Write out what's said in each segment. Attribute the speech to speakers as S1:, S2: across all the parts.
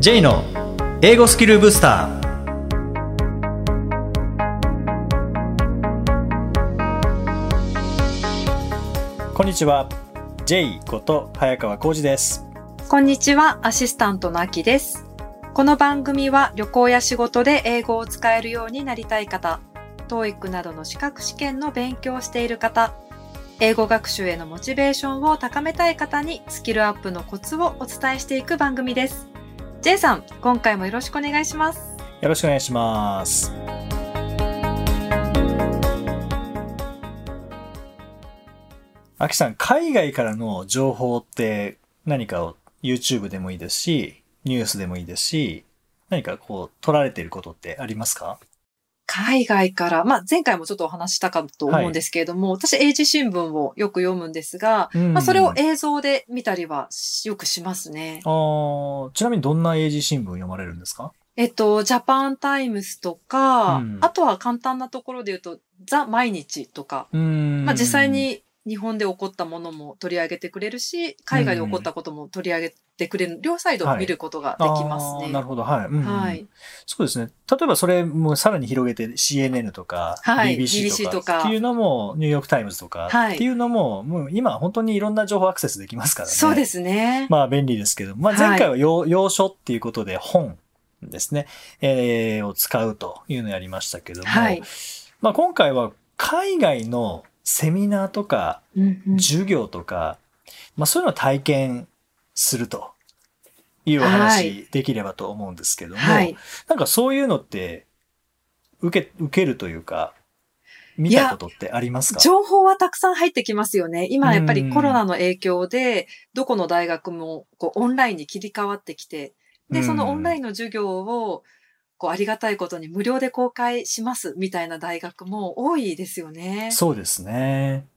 S1: J の英語スキルブースターこんにちは J こと早川浩二です
S2: こんにちは、アシスタントのあきです。この番組は旅行や仕事で英語を使えるようになりたい方、TOEIC などの資格試験の勉強をしている方、英語学習へのモチベーションを高めたい方にスキルアップのコツをお伝えしていく番組です。J さん、今回もよろしくお願いします。
S1: よろしくお願いしますあきさん海外からの情報って何かを YouTube でもいいですしニュースでもいいですし何かこう取られていることってありますか
S2: 海外から、まあ前回もちょっとお話ししたかと思うんですけれども、私英字新聞をよく読むんですが、まあそれを
S1: うん
S2: 映像で見たりはしよくしますね。
S1: あーちなみにどんな英字新聞読まれるんですか
S2: えっと、ジャパンタイムスとか、
S1: うん
S2: あとは簡単なところで言うと、ザ・毎日とか、
S1: ま
S2: まあ実際に日本で起こったものも取り上げてくれるし、海外で起こったことも取り上げてくれる、両サイドを見ることができますね。
S1: な
S2: は
S1: るほど、はい。うんう
S2: い。
S1: んそうですね。例えばそれもさらに広げて CNN とか
S2: はい
S1: BBC
S2: BBC
S1: と
S2: と
S1: か
S2: か
S1: っていうのもニューヨークタイムズとか
S2: はい
S1: っていうのももう今本当にいろんな情報アクセスできますからね。
S2: そうですね。
S1: まあ便利ですけど、まあ、
S2: はい
S1: 前回は要,、要所っていうことで本ですね、えーを使うというのをやりましたけども、
S2: はい。
S1: まあ、今回は海外のセミナーとか
S2: うんうん
S1: 授業とか、まあ、そういうのを体験するというお
S2: は
S1: 話
S2: い
S1: できればと思うんですけども、
S2: はい。
S1: なんかそういうのって受け受けるというか見たことってありますか
S2: 情報はたくさん入ってきますよね。今やっぱりコロナの影響で、どこの大学もこうオンラインに切り替わってきて、
S1: う
S2: で、
S1: ん
S2: そのオンラインの授業を、こうありがたいことに無料で公開しますみたいな大学も多いですよね。
S1: そうですね。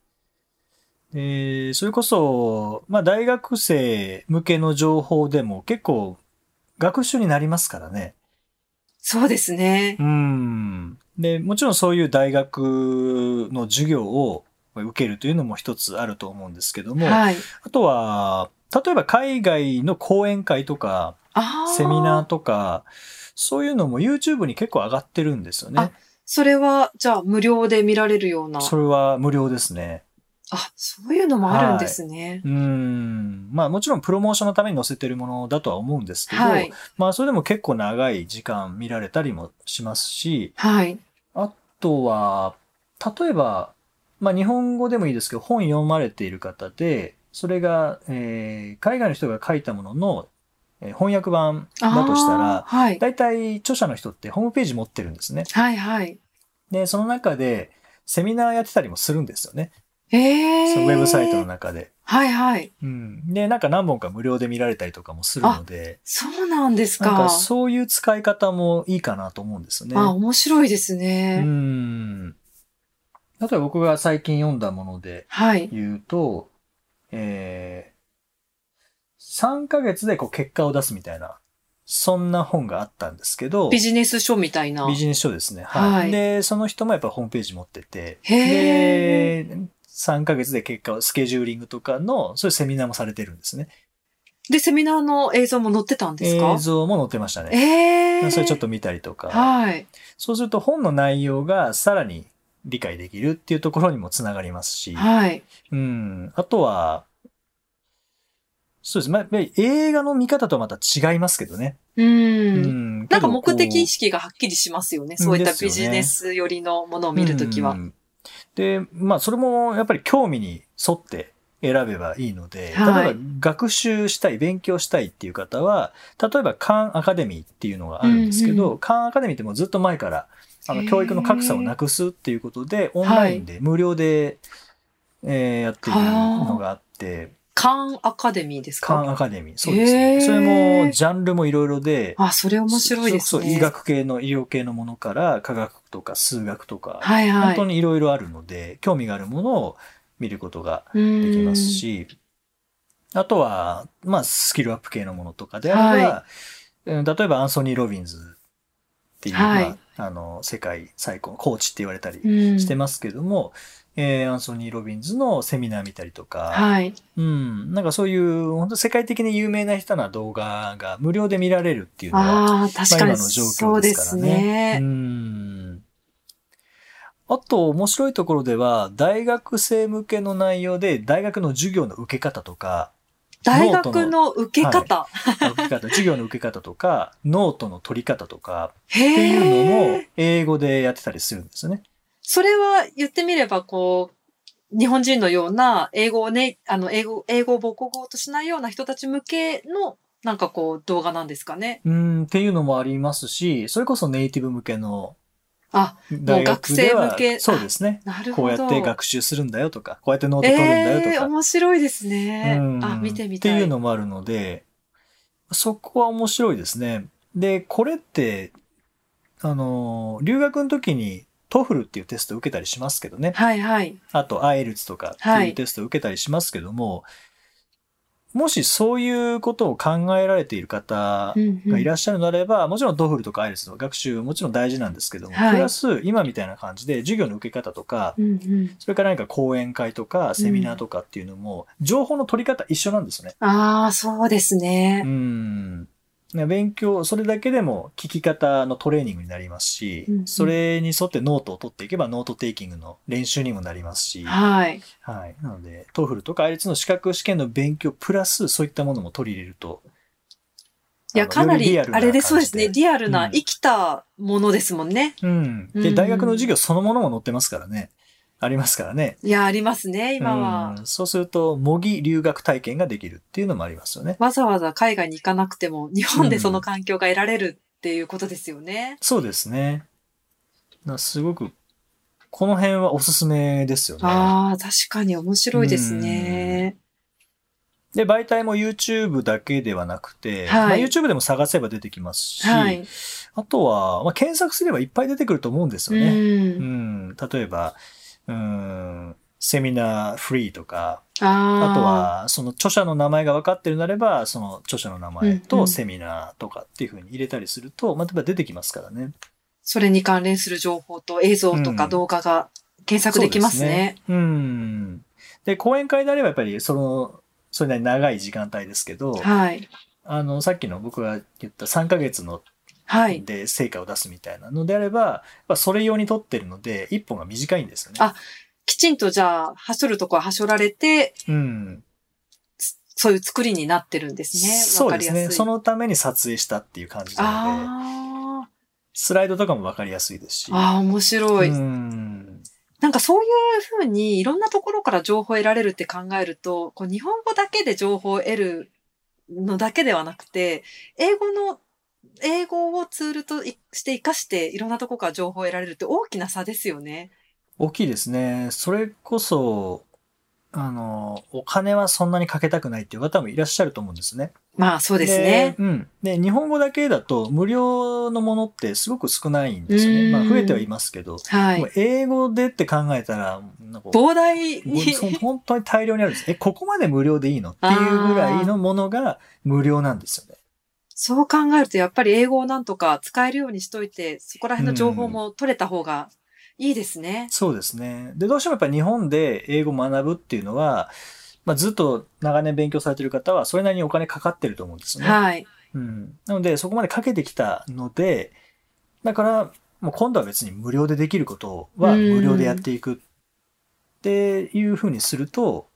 S1: えーそれこそ、まあ、大学生向けの情報でも結構学習になりますからね。
S2: そうですね。
S1: うん。で、もちろんそういう大学の授業を受けるというのも一つあると思うんですけども、
S2: はい。
S1: あとは、例えば海外の講演会とか、
S2: ああ。
S1: セミナーとか、そういうのも YouTube に結構上がってるんですよね
S2: あ。それは、じゃあ無料で見られるような。
S1: それは無料ですね。
S2: あ、そういうのもあるんですね。
S1: うーんまあもちろんプロモーションのために載せてるものだとは思うんですけど、
S2: はい。
S1: まあそれでも結構長い時間見られたりもしますし、
S2: はい。
S1: あとは、例えば、まあ日本語でもいいですけど、本読まれている方で、それが、えー海外の人が書いたものの、えー翻訳版だとした
S2: あー
S1: ら、
S2: はい。
S1: 大体著者の人ってホームページ持ってるんですね。
S2: はいはい。
S1: で、その中でセミナーやってたりもするんですよね。
S2: ええ
S1: そのウェブサイトの
S2: 中。
S1: 中で。
S2: はいはい。
S1: うん。で、なんか何本か無料で見られたりとかもするので、
S2: そうなんです
S1: なん
S2: か。
S1: かそういう使い方もいいかなと思うんですよね。
S2: あ、面白いです
S1: う
S2: ね。
S1: ん。例えば僕が最近読んだもので
S2: はい。
S1: 言うと、えー、3ヶ月でこう結果を出すみたいな、そんな本があったんですけど、
S2: ビジネス書みたいな。
S1: ビジネス書ですね。はい。
S2: はい
S1: で、その人もやっぱホームページ持ってて、
S2: へ
S1: で、3ヶ月で結果を、スケジューリングとかの、そういうセミナーもされてるんですね。
S2: で、セミナーの映像も載ってたんですか
S1: 映像も載ってましたね。
S2: ええ
S1: それちょっと見たりとか。
S2: はい。
S1: そうすると本の内容がさらに理解できるっていうところにもつながりますし。
S2: はい。
S1: うん。あとは、そうです。まあ、やっぱり映画の見方とはまた違いますけどね。
S2: う。
S1: うんん。
S2: なんか目的
S1: 識
S2: 意識がはっきりしますよね。そういった
S1: ですよ
S2: ビ
S1: ね
S2: ジネス寄りのものを見るときは。
S1: で、まあ、それもやっぱり興味に沿って選べばいいので、
S2: はい
S1: 例えば学習したい、勉強したいっていう方は、例えばカンアカデミーっていうのがあるんですけど、
S2: うん
S1: カンアカデミーってもうずっと前から、あ
S2: へ
S1: の、
S2: ー
S1: 教育の格差をなくすっていうことで、オンラインで無料で、えーやっているのがあって、
S2: カーンアカデミーです
S1: カ
S2: か
S1: ンアカデミー。そうですね。
S2: へー
S1: それも、ジャンルもいろいろで、
S2: あ、それ面白いです
S1: そ
S2: ね。
S1: それこそ医学系の医療系のものから、科学とか数学とか、
S2: はいは
S1: 本
S2: い。
S1: 当にいろいろあるので、興味があるものを見ることができますし、あとは、まあ、スキルアップ系のものとかであれば、うん例えばアンソニー・ロビンズっていう、
S2: はい
S1: まあ、あの、世界最高のコーチって言われたり
S2: うん、うん
S1: してますけども、えーアンソニー・ロビンズのセミナー見たりとか、
S2: はい。
S1: うん、なんかそういう、本当世界的に有名な人な動画が無料で見られるっていうのは、
S2: ああ、確か
S1: まあ今
S2: に
S1: の状
S2: そう
S1: 況で
S2: です
S1: か
S2: す
S1: らね。う
S2: ね。
S1: んあと面白いところでは、大学生向けの内容で、大学の授業の受け方と か、
S2: 大学の受け方。
S1: あ受け方授業の受け方とか、ノートの取り方とか、って
S2: へ
S1: いうのも
S2: え。
S1: 英語でやってたりするんですよね。
S2: それは言ってみれば、こう、日本人のような、英語をね、あの、英語、英語を母国語としないような人たち向けの、なんかこう、動画なんですかね。
S1: うん、っていうのもありますし、それこそネイティブ向けの
S2: あ、
S1: 大学で
S2: もう
S1: は
S2: 学生向け、
S1: そうですね。
S2: なる
S1: こ
S2: ほ
S1: う
S2: ど。
S1: やって学習するんだよとか、こうやってノート取るんだよと
S2: ええ
S1: か、
S2: 面白いですね
S1: う。ん
S2: あ、見てみたい。
S1: っていうのもあるので、そこは面白いですね。で、これって、あの、留学の時に TOEFL っていうテストを受けたりしますけどね。
S2: はいはい。
S1: あと IELTS とかって
S2: はいいう
S1: テストを受けたりしますけども、もしそういうことを考えられている方
S2: うんうん
S1: がいらっしゃるのであれば、もちろん TOEFL とか IELTS の学習もちろん大事なんですけども、
S2: はい
S1: プラス今みたいな感じで授業の受け方とか、
S2: うんうん
S1: それから何か講演会とかセミナーとかっていうのも、情報の取り方一緒なんですよね。
S2: ああ、そうですね
S1: う。ん。勉強、それだけでも聞き方のトレーニングになりますし、
S2: うんうん
S1: それに沿ってノートを取っていけばノートテイキングの練習にもなりますし、は
S2: はい。
S1: い。なので、ト e フルとか IELTS の資格試験の勉強プラスそういったものも取り入れると、
S2: いや、
S1: あの
S2: かな
S1: より
S2: り、
S1: リアルな
S2: あれでそうですね。
S1: 感じ
S2: リアル
S1: う
S2: なん生きたものですもんね。
S1: うん。
S2: うんう
S1: で、
S2: ん
S1: 大学の授業そのものも載ってますからね。ありますからね。
S2: いや、ありますね、今は。
S1: うん、そうすると、模擬留学体験ができるっていうのもありますよね。
S2: わざわざ海外に行かなくても、日本でその環境が得られるっていうことですよね。
S1: そうですね。なすごく、この辺はおすすめですよね。
S2: ああ、確かに面白いですね。
S1: で、媒体も YouTube だけではなくて、
S2: はい
S1: まあ、YouTube でも探せば出てきますし、
S2: はい。
S1: あとは、まあ、検索すればいっぱい出てくると思うんです
S2: う。
S1: よね。うんん、例えば、うん、セミナーフリーとか、
S2: あ
S1: あと
S2: あ
S1: は、その著者の名前が分かってるならば、その著者の名前
S2: うんう
S1: と
S2: ん
S1: セミナーとかっていうふうに入れたりすると、まあ、例えば出てきますからね。
S2: それに関連する情報と映像と
S1: う
S2: か
S1: ん
S2: 動画が検索できます
S1: そ
S2: ね。
S1: うですね。うん。で、講演会であればやっぱりその、それなりに長い時間帯ですけど、
S2: はい。
S1: あの、さっきの僕が言った3ヶ月の
S2: はい。
S1: で成果を出すみたいなのであれば、やっぱそれ用に撮ってるので、1本が短いんですよね。
S2: あきちんとじゃあ、はしょるとこははしょられて、
S1: うん。
S2: そういう作りになってるんですね。
S1: そ
S2: わ
S1: う
S2: か
S1: で
S2: り
S1: す
S2: やすい。
S1: ね。そのために撮影したっていう感じなので、
S2: あ
S1: スライドとかもわかりやすいですし
S2: ー。あー、面白い。
S1: うん。
S2: なんかそういうふうにいろんなところから情報を得られるって考えると、こう日本語だけで情報を得るのだけではなくて、英語の、英語をツールといして活かしていろんなところから情報を得られるって大きな差ですよね。
S1: 大きいですね。それこそ、あの、お金はそんなにかけたくないっていう方もいらっしゃると思うんですね。
S2: まあそうです
S1: で
S2: ね。
S1: うん。で、日本語だけだと無料のものってすごく少ないんですよ
S2: う
S1: ね。
S2: ん
S1: まあ増えてはいますけど、
S2: は
S1: でも
S2: い。
S1: 英語でって考えたら、なんか
S2: 膨大に。
S1: そう本当に大量にあるんです。え、ここまで無料でいいのっていうぐらいのものが無料なんですよね。
S2: そう考えるとやっぱり英語をなんとか使えるようにしといて、そこら辺の情報も取れた方がいいですね。
S1: そうですね。で、どうしてもやっぱり日本で英語を学ぶっていうのは、まあ、ずっと長年勉強されてる方は、それなりにお金かかってると思うんですよね。
S2: はい。
S1: うん。なので、そこまでかけてきたので、だから、もう今度は別に無料でできることは
S2: うん
S1: 無料でやっていくっていうふうにすると、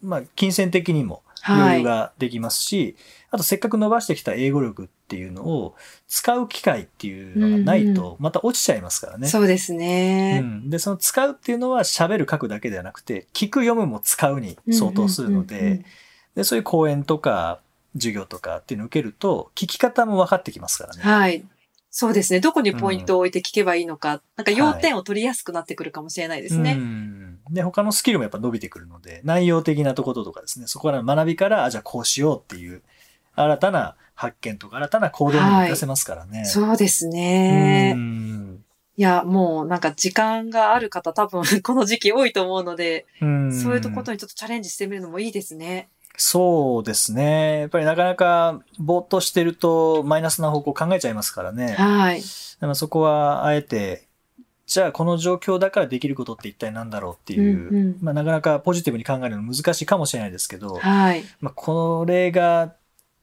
S1: まあ、金銭的にも
S2: は
S1: 余裕
S2: い。
S1: ができますし、あとせっかく伸ばしてきた英語力っていうのを使う機会っていうのがないと、また落ちちゃいますからね。
S2: そうですね。
S1: うん、で、その使うっていうのは喋る書くだけではなくて、聞く読むも使うに相当するの
S2: うんうんうんう
S1: で
S2: ん、
S1: で、そういう講演とか授業とかっていうのを受けると、聞き方も分かってきますからね。
S2: はい。そうですね。どこにポイントを置いて聞けばいいのか、なんか要点を取りやすくなってくるかもしれないです
S1: う
S2: ね。
S1: んで、他のスキルもやっぱ伸びてくるので、内容的なとこととかですね、そこから学びから、あ、じゃあこうしようっていう、新たな発見とか新たな行動にも活かせますからね。
S2: そうです
S1: う
S2: ね。
S1: ん
S2: いや、もうなんか時間がある方多分この時期多いと思うので、そういうとことにちょっとチャレンジしてみるのもいいですね。
S1: そうですね。やっぱりなかなかぼーっとしてるとマイナスな方向考えちゃいますからね。
S2: はい。
S1: だからそこはあえてじゃあこの状況だからできることって一体何だろうっていう、
S2: うんうん
S1: まあ、なかなかポジティブに考えるの難しいかもしれないですけど、
S2: はい。
S1: まあ、これが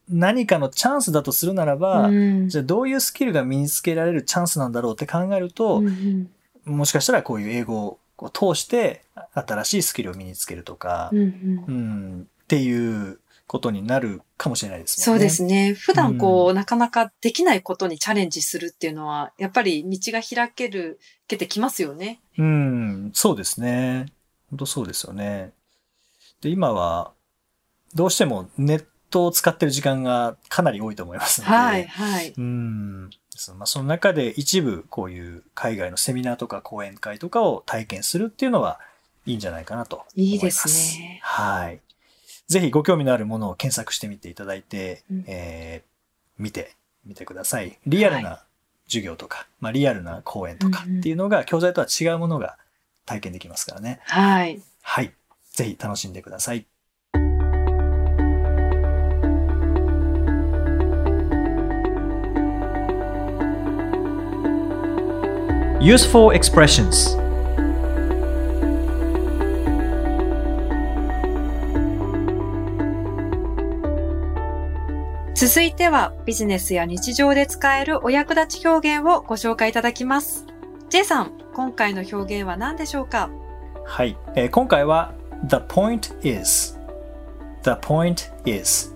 S1: 何かのチャンスだとするならば、
S2: うん
S1: じゃあどういうスキルが身につけられるチャンスなんだろうって考えると、
S2: うんうん
S1: もしかしたらこういう英語を通して新しいスキルを身につけるとか
S2: う、んうん
S1: うんっていうことになるかもしれないです
S2: そ
S1: も
S2: うん
S1: ね。
S2: ですね。普段こう、なかなかできないことにチャレンジするっていうのは、やっぱり道が開ける、けてきますよね。
S1: うん、そうですね。本当そうですよね。で、今は、どうしてもネットを使ってる時間がかなり多いと思いますので、
S2: はい、はい。
S1: うん。そまあ、その中で一部こういう海外のセミナーとか講演会とかを体験するっていうのはいいんじゃないかなと思います。
S2: いいですね
S1: はい。ぜひご興味のあるものを検索してみていただいて、
S2: うん
S1: えー見てみてください。リアルな授業とか、まあ、リアルな講演とかっていうのが、教材とは違うものが体験できますからね。
S2: はい。
S1: はい。ぜひ楽しんでください。Useful expressions
S2: 続いては、ビジネスや日常で使えるお役立ち表現をご紹介いただきます。J さん、今回の表現は何でしょうか
S1: はい、えー今回は The point is The point is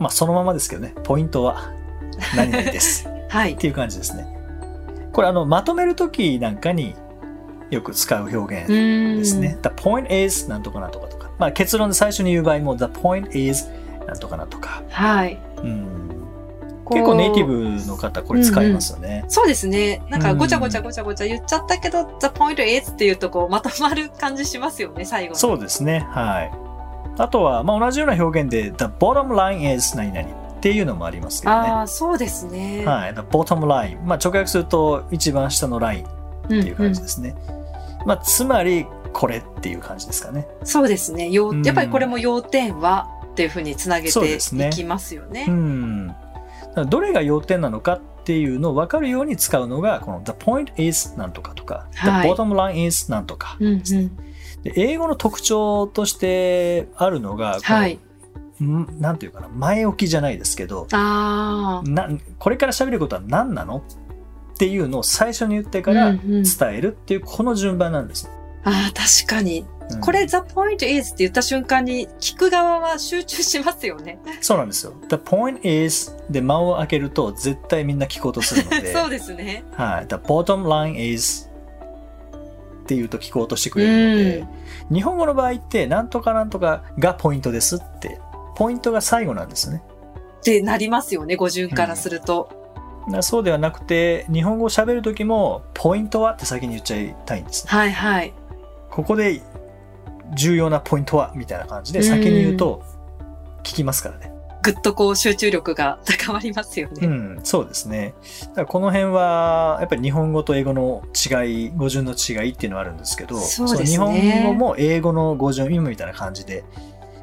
S1: まあそのままですけどねポイントは何々です
S2: はい
S1: っ。ていう感じですねこれあのまとめる時なんかによく使う表現
S2: で
S1: ですね。。The point is なんとかなんとかとか。まあ、結論で最初に言う場合も The point is なんとかなんとか。
S2: はい。
S1: うん、
S2: こう
S1: 結構ネイティ。ブの方これ使いますよね。
S2: そうですね。なんか
S1: うん
S2: ごちゃごちゃごちゃごちゃ言っちゃったけど、the point is っていうとこうまとまる感じしますよね、最後に。
S1: そうですね。はい。あとは、まあ、同じような表現で The bottom line is 何々っていうのもありますけどね。
S2: ああ、そうですね。
S1: はい、The bottom line。まあ、直訳すると一番下のラインっ
S2: い。
S1: ていう感じですね。まあ、つまりこれっていう感じですかね。
S2: そうですね。要
S1: うん
S2: やっぱりこれも要点はっていうふうにつなげ
S1: そう
S2: てい
S1: ですね
S2: きますよね。
S1: うん、だからどれが要点なのかっていうのを分かるように使うのがこの The point is なんとかとか、
S2: はい
S1: The bottom line is なんとか、
S2: うんうん
S1: で英語の特徴としてあるのがこの、
S2: はい。
S1: んなんていうかな前置きじゃないですけど
S2: ああ。
S1: なこれから喋ることは何なのっていうのを最初に言ってから
S2: うん
S1: 伝
S2: うん
S1: えるっていうこの順番なんです。
S2: ああ、確かに。
S1: うん
S2: これ、the point is って言った瞬間に、聞く側は集中しますよね。
S1: そうなんですよ。The point is で間を開けると絶対みんな聞こうとするの で。
S2: そうですね。
S1: はい、the bottom line is っていうと聞こうとしてくれるので、日本語の場合って、なんとかなんとかがポイントですって、ポイントが最後なんですよね。
S2: ってなりますよね、語順からすると。
S1: だからそうではなくて、日本語を喋るときも、ポイントはって先に言っちゃいたいんですね。
S2: はいはい。
S1: ここで重要なポイントはみたいな感じで先に言うと、聞きますからね。
S2: ぐっとこう集中力が高まりますよ
S1: う
S2: ね。
S1: ん、そうですね。だからこの辺は、やっぱり日本語と英語の違い、語順の違いっていうのはあるんですけど、
S2: そうですね
S1: の日本語も英語の語順、今みたいな感じで、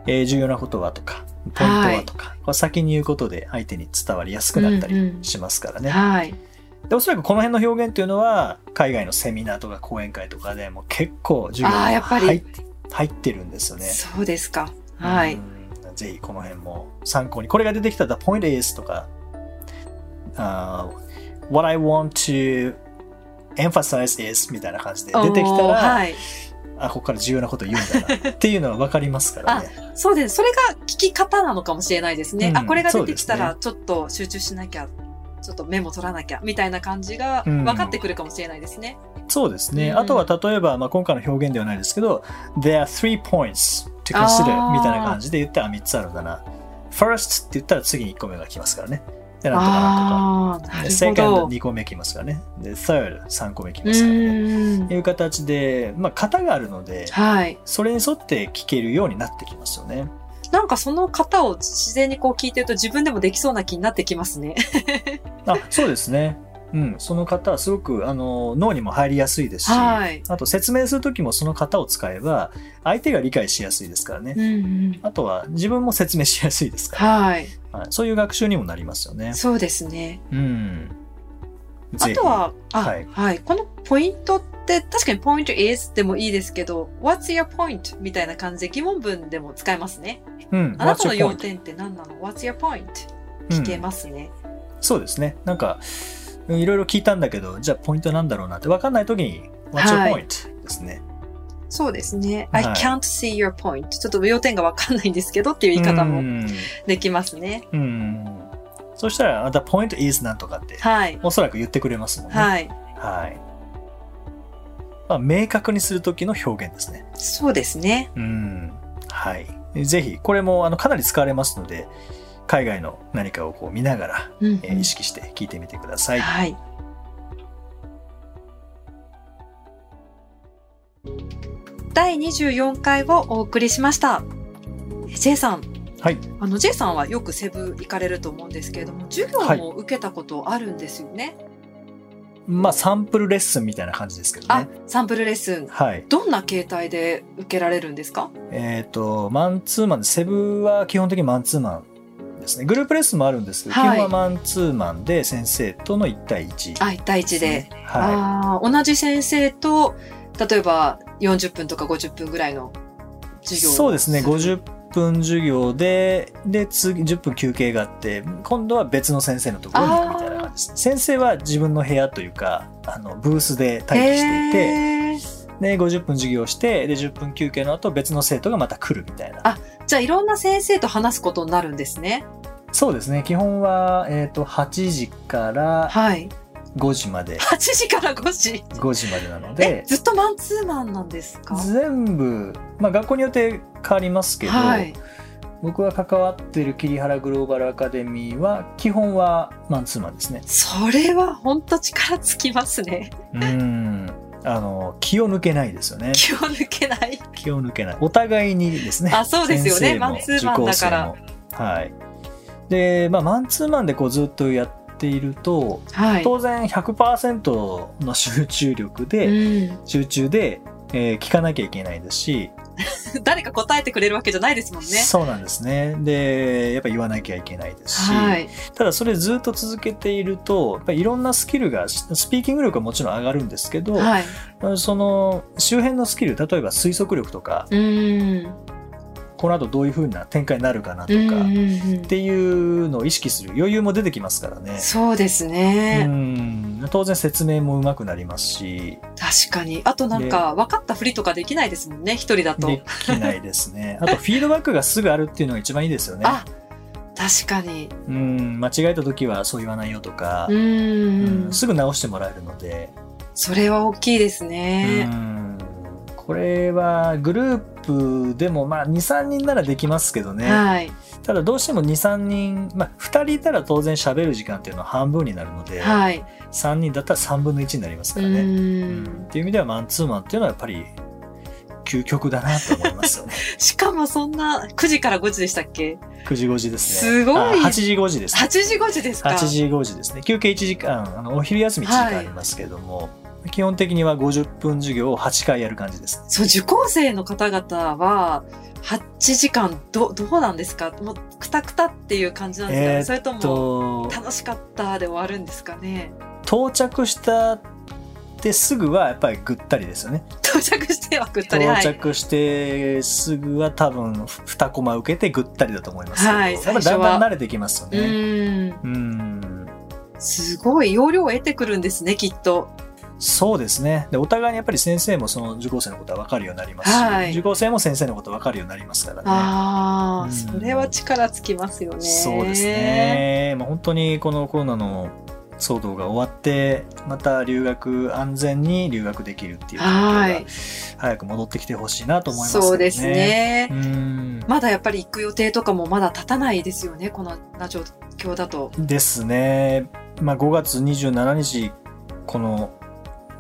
S1: えー重要なことはとか、ポイントはとか、これ先に言うことで相手に伝わりやすくなった
S2: うんう
S1: り
S2: ん
S1: しますからね。
S2: はい。
S1: でおそらくこの辺の表現っていうのは、海外のセミナーとか講演会とかでもう結構重要
S2: あーや
S1: な
S2: っぱり
S1: 入って入ってるんですよね。
S2: そうですか。はい。
S1: うん。ぜひこの辺も参考に。これが出てきたら The point is とか、あー What I want to emphasize is みたいな感じで出てきたら、
S2: おーはい。
S1: あ、ここから重要なこと言うんだなっていうのは分かりますから ね。
S2: そうです。それが聞き方なのかもしれないですね。
S1: うん
S2: あ、これが出てきた
S1: そう
S2: ら、ちょっと集中しなきゃ、ちょっとメモ取らなきゃ、みたいな感じが
S1: うん
S2: 分かってくるかもしれないですね。
S1: そうですね。
S2: うん
S1: あとは例えば、まあ、今回の表現ではないですけど、There are three points to
S2: あ
S1: consider
S2: ー
S1: みたいな感じで言ったら3つあるんだな。First って言ったら次に1個目が来ますからね。で、なんとかなんとか。
S2: あ
S1: で
S2: ー、なる
S1: Second
S2: ほど。
S1: 2個目来ますからね。で、Third 3個目来
S2: う
S1: ますからね。
S2: ーん
S1: いう形で、まあ、型があるので、
S2: はい。
S1: それに沿って聞けるようになってきますよね。
S2: なんかその方を自然にこう聞いてると自分でもできそうな気になってきますね。
S1: あ、そうですね。 うん、その型はすごくあの脳にも入りやすいですし、
S2: はい。
S1: あと説明する時もその型を使えば相手が理解しやすいですからね。
S2: うんうん
S1: あとは自分も説明しやすいですか
S2: はい。
S1: ら、はいそういう学習にもなりますよね。
S2: そうですね。
S1: うん。
S2: あとは、あ、は
S1: はいい、
S2: このポイントって、確かにポイント is でもいいですけど、what's your point? みたいな感じで疑問文でも使えますね。
S1: うん、
S2: あなたの
S1: What's your
S2: 要
S1: point？
S2: 点って何なの ?what's your point?
S1: うん
S2: 聞けますね。
S1: そうですね。なんか、うんいろいろ聞いたんだけど、じゃあポイントなんだろうなって分かんないときに、What's
S2: は
S1: your
S2: い
S1: point? ですね。
S2: そうですね。
S1: はい
S2: I can't see your point. ちょっと要点がわかんないんですけどっていう言い方
S1: う
S2: も
S1: ん。
S2: できますね。
S1: うんそしたら、The point is なんとかって、
S2: はい。
S1: おそらく言ってくれますもんね。はい。
S2: はい。
S1: まあ、明確にするときの表現ですね。
S2: そうですね。
S1: うん。はい。ぜひ、これもあのかなり使われますので、海外の何かをこう見ながら、
S2: うん
S1: えー意識して聞いてみてください。
S2: はい。第24回をお送りしました。J さん。
S1: はい。
S2: あの J さんはよくセブ行かれると思うんですけれども、授業も受けたことあるんですよね。
S1: まあ、サンプルレッスンみたいな感じですけどね。
S2: あ、サンプルレッスン。
S1: はい。
S2: どんな形態で受けられるんですか
S1: えっ、と、マンツーマンで、セブは基本的にマンツーマンですね。グループレッスンもあるんですけど、
S2: は
S1: 基
S2: い
S1: 本はマンツーマンで先生との1対1、
S2: あ、1対1で。。
S1: は
S2: あー同じ先生と、例えば40分とか50分ぐらいの
S1: い。
S2: 授業を
S1: そうですね、
S2: る
S1: 50分授業で、で、次、10分休憩があって、今度は別の先生のところに行くみたいな感じです。先生は自分の部屋というか、あの、ブースで待機していて、
S2: へー
S1: で、50分授業して、で、10分休憩の後、別の生徒がまた来るみたいな。
S2: じゃあいろんな先生と話すことになるんですね。
S1: そうですね、基本は、えっ、と、8時から
S2: はい。
S1: 5時まで。
S2: 8時から5時。
S1: 5時までなので、
S2: えずっとマンツーマンなんですか
S1: 全部、まあ、学校によって変わりますけど、
S2: はい。
S1: 僕が関わってる桐原グローバルアカデミーは基本はマンツーマンですね。
S2: それは本当力つきますね。
S1: うんあの気を抜けないですよね。
S2: 気を抜けない。
S1: 気を抜けない。お互いにですね。
S2: あそうですよね
S1: 先生も
S2: マンツーマンだから
S1: 受講生もはい。で、まあ、マンツーマンでこうずっとやっていると、
S2: はい。
S1: 当然100%の集中力で、
S2: うん、
S1: 集中で、えー聞かなきゃいけないですし、
S2: 誰か答えてくれるわけじゃないですもんね。
S1: そうなんですね。で、やっぱ言わなきゃいけないですし、
S2: はい。
S1: ただそれずっと続けていると、やっぱりいろんなスキルが、ススピーキング力はもちろん上がるんですけど、
S2: はい。
S1: その周辺のスキル、例えば推測力とか、
S2: うん。
S1: この後どういうふうな展開になるかなと
S2: うん
S1: か、
S2: うん
S1: っ
S2: うん
S1: ていうのを意識する余裕も出てきますからね。
S2: そうです
S1: う
S2: ね。
S1: ん当然説明もうまくなりますし、
S2: 確かに。あとなんか、分かったふりとかできないですもんね、一人だと
S1: で。きないです ね。あとフィードバックがすぐあるっていうのが一番いいですよね。
S2: あ、確かに。
S1: うん間違えた時はそう言わないよとか、
S2: う
S1: うん
S2: ん。
S1: すぐ直してもらえるので、
S2: それは大きいですね。
S1: うんこれはグループでもまあ23人ならできますけどね、
S2: はい。
S1: ただどうしても23人、まあ、2人いたら当然喋る時間っていうのは半分になるので、
S2: はい。
S1: 3人だったら3分の1になりますか
S2: う
S1: らね、うん
S2: ん。
S1: っていう意味ではマンツーマンっていうのはやっぱり究極だなと思いますよ ね
S2: しかもそんな、9時から5時でしたっけ
S1: 9時5時ですね
S2: すごい
S1: あ8時5時ですね
S2: ?8 時5時ですか
S1: 8時5時ですね休憩1時間あのお昼休み1時間ありますけども、基本的には50分授業を8回やる感じですね
S2: そう、受講生の方々は、8時間、ど、どうなんですかもう、くたくたっていう感じなんですかね、
S1: えー
S2: それとも、
S1: と
S2: 楽しかったで終わるんですかね
S1: 到着したってすぐはやっぱりぐったりですよね
S2: 到着してはくった
S1: 到
S2: り、はい。
S1: 着してすぐは多分2コマ受けてぐったりだと思いますけど、
S2: はい
S1: やっぱり
S2: 最
S1: だん
S2: 初
S1: だ
S2: は
S1: ん慣れてきますよ
S2: う
S1: ね
S2: ん。
S1: うん
S2: すごい、容量を得てくるんですね、きっと。
S1: そうですねでお互いにやっぱり先生もその受講生のことは分かるようになりますし、
S2: はい
S1: 受講生も先生のこと分かるようになりますからね
S2: あ
S1: う
S2: あ、
S1: ん
S2: それは力つきますよね。
S1: そうです。ね、まあ、本当にこのコロナの騒動が終わってまた留学安全に留学できるっていう環境
S2: は
S1: が
S2: い。
S1: 早く戻ってきてほしいなと思いますけどね。
S2: そうですね
S1: う。ん
S2: まだやっぱり行く予定とかもまだ立たないですよね、この状況だと。
S1: ですね、まあ、5月27日この、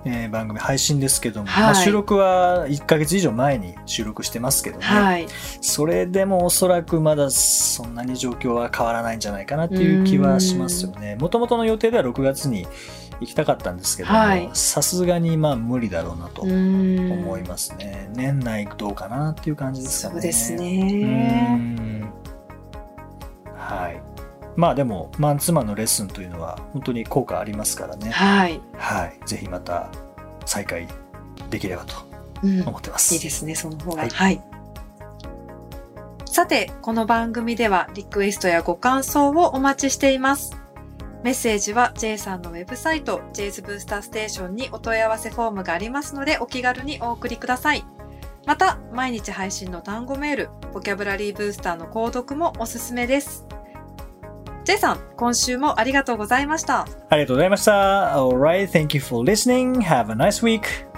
S1: えー番組配信ですけども、
S2: はい
S1: まあ収録は1ヶ月以上前に収録してますけどね、
S2: はい。
S1: それでもおそらくまだそんなに状況は変わらないんじゃないかなっていう気はしますよね。もともとの予定では6月に行きたかったんですけども
S2: はい
S1: さすがにまあ無理だろうなと思
S2: 思
S1: いますね。年内どうかなっていう感じですかね。
S2: そうです
S1: うー
S2: ね。
S1: んはい。まあでもマンツーマンのレッスンというのは本当に効果ありますからね、
S2: はい。
S1: はい、ぜひまた再開できればと
S2: うん。
S1: 思ってます。
S2: いいですね、その方が。は。
S1: はいい
S2: さて、この番組ではリクエストやご感想をお待ちしています。メッセージは J さんのウェブサイト J's ブースターステーションにお問い合わせフォームがありますのでお気軽にお送りください。また、毎日配信の単語メール、ボキャブラリーブースターの購読もおすすめです。J さん、今週もありがとうございました。
S1: ありがとうございました。Alright, thank you for listening. Have a nice week.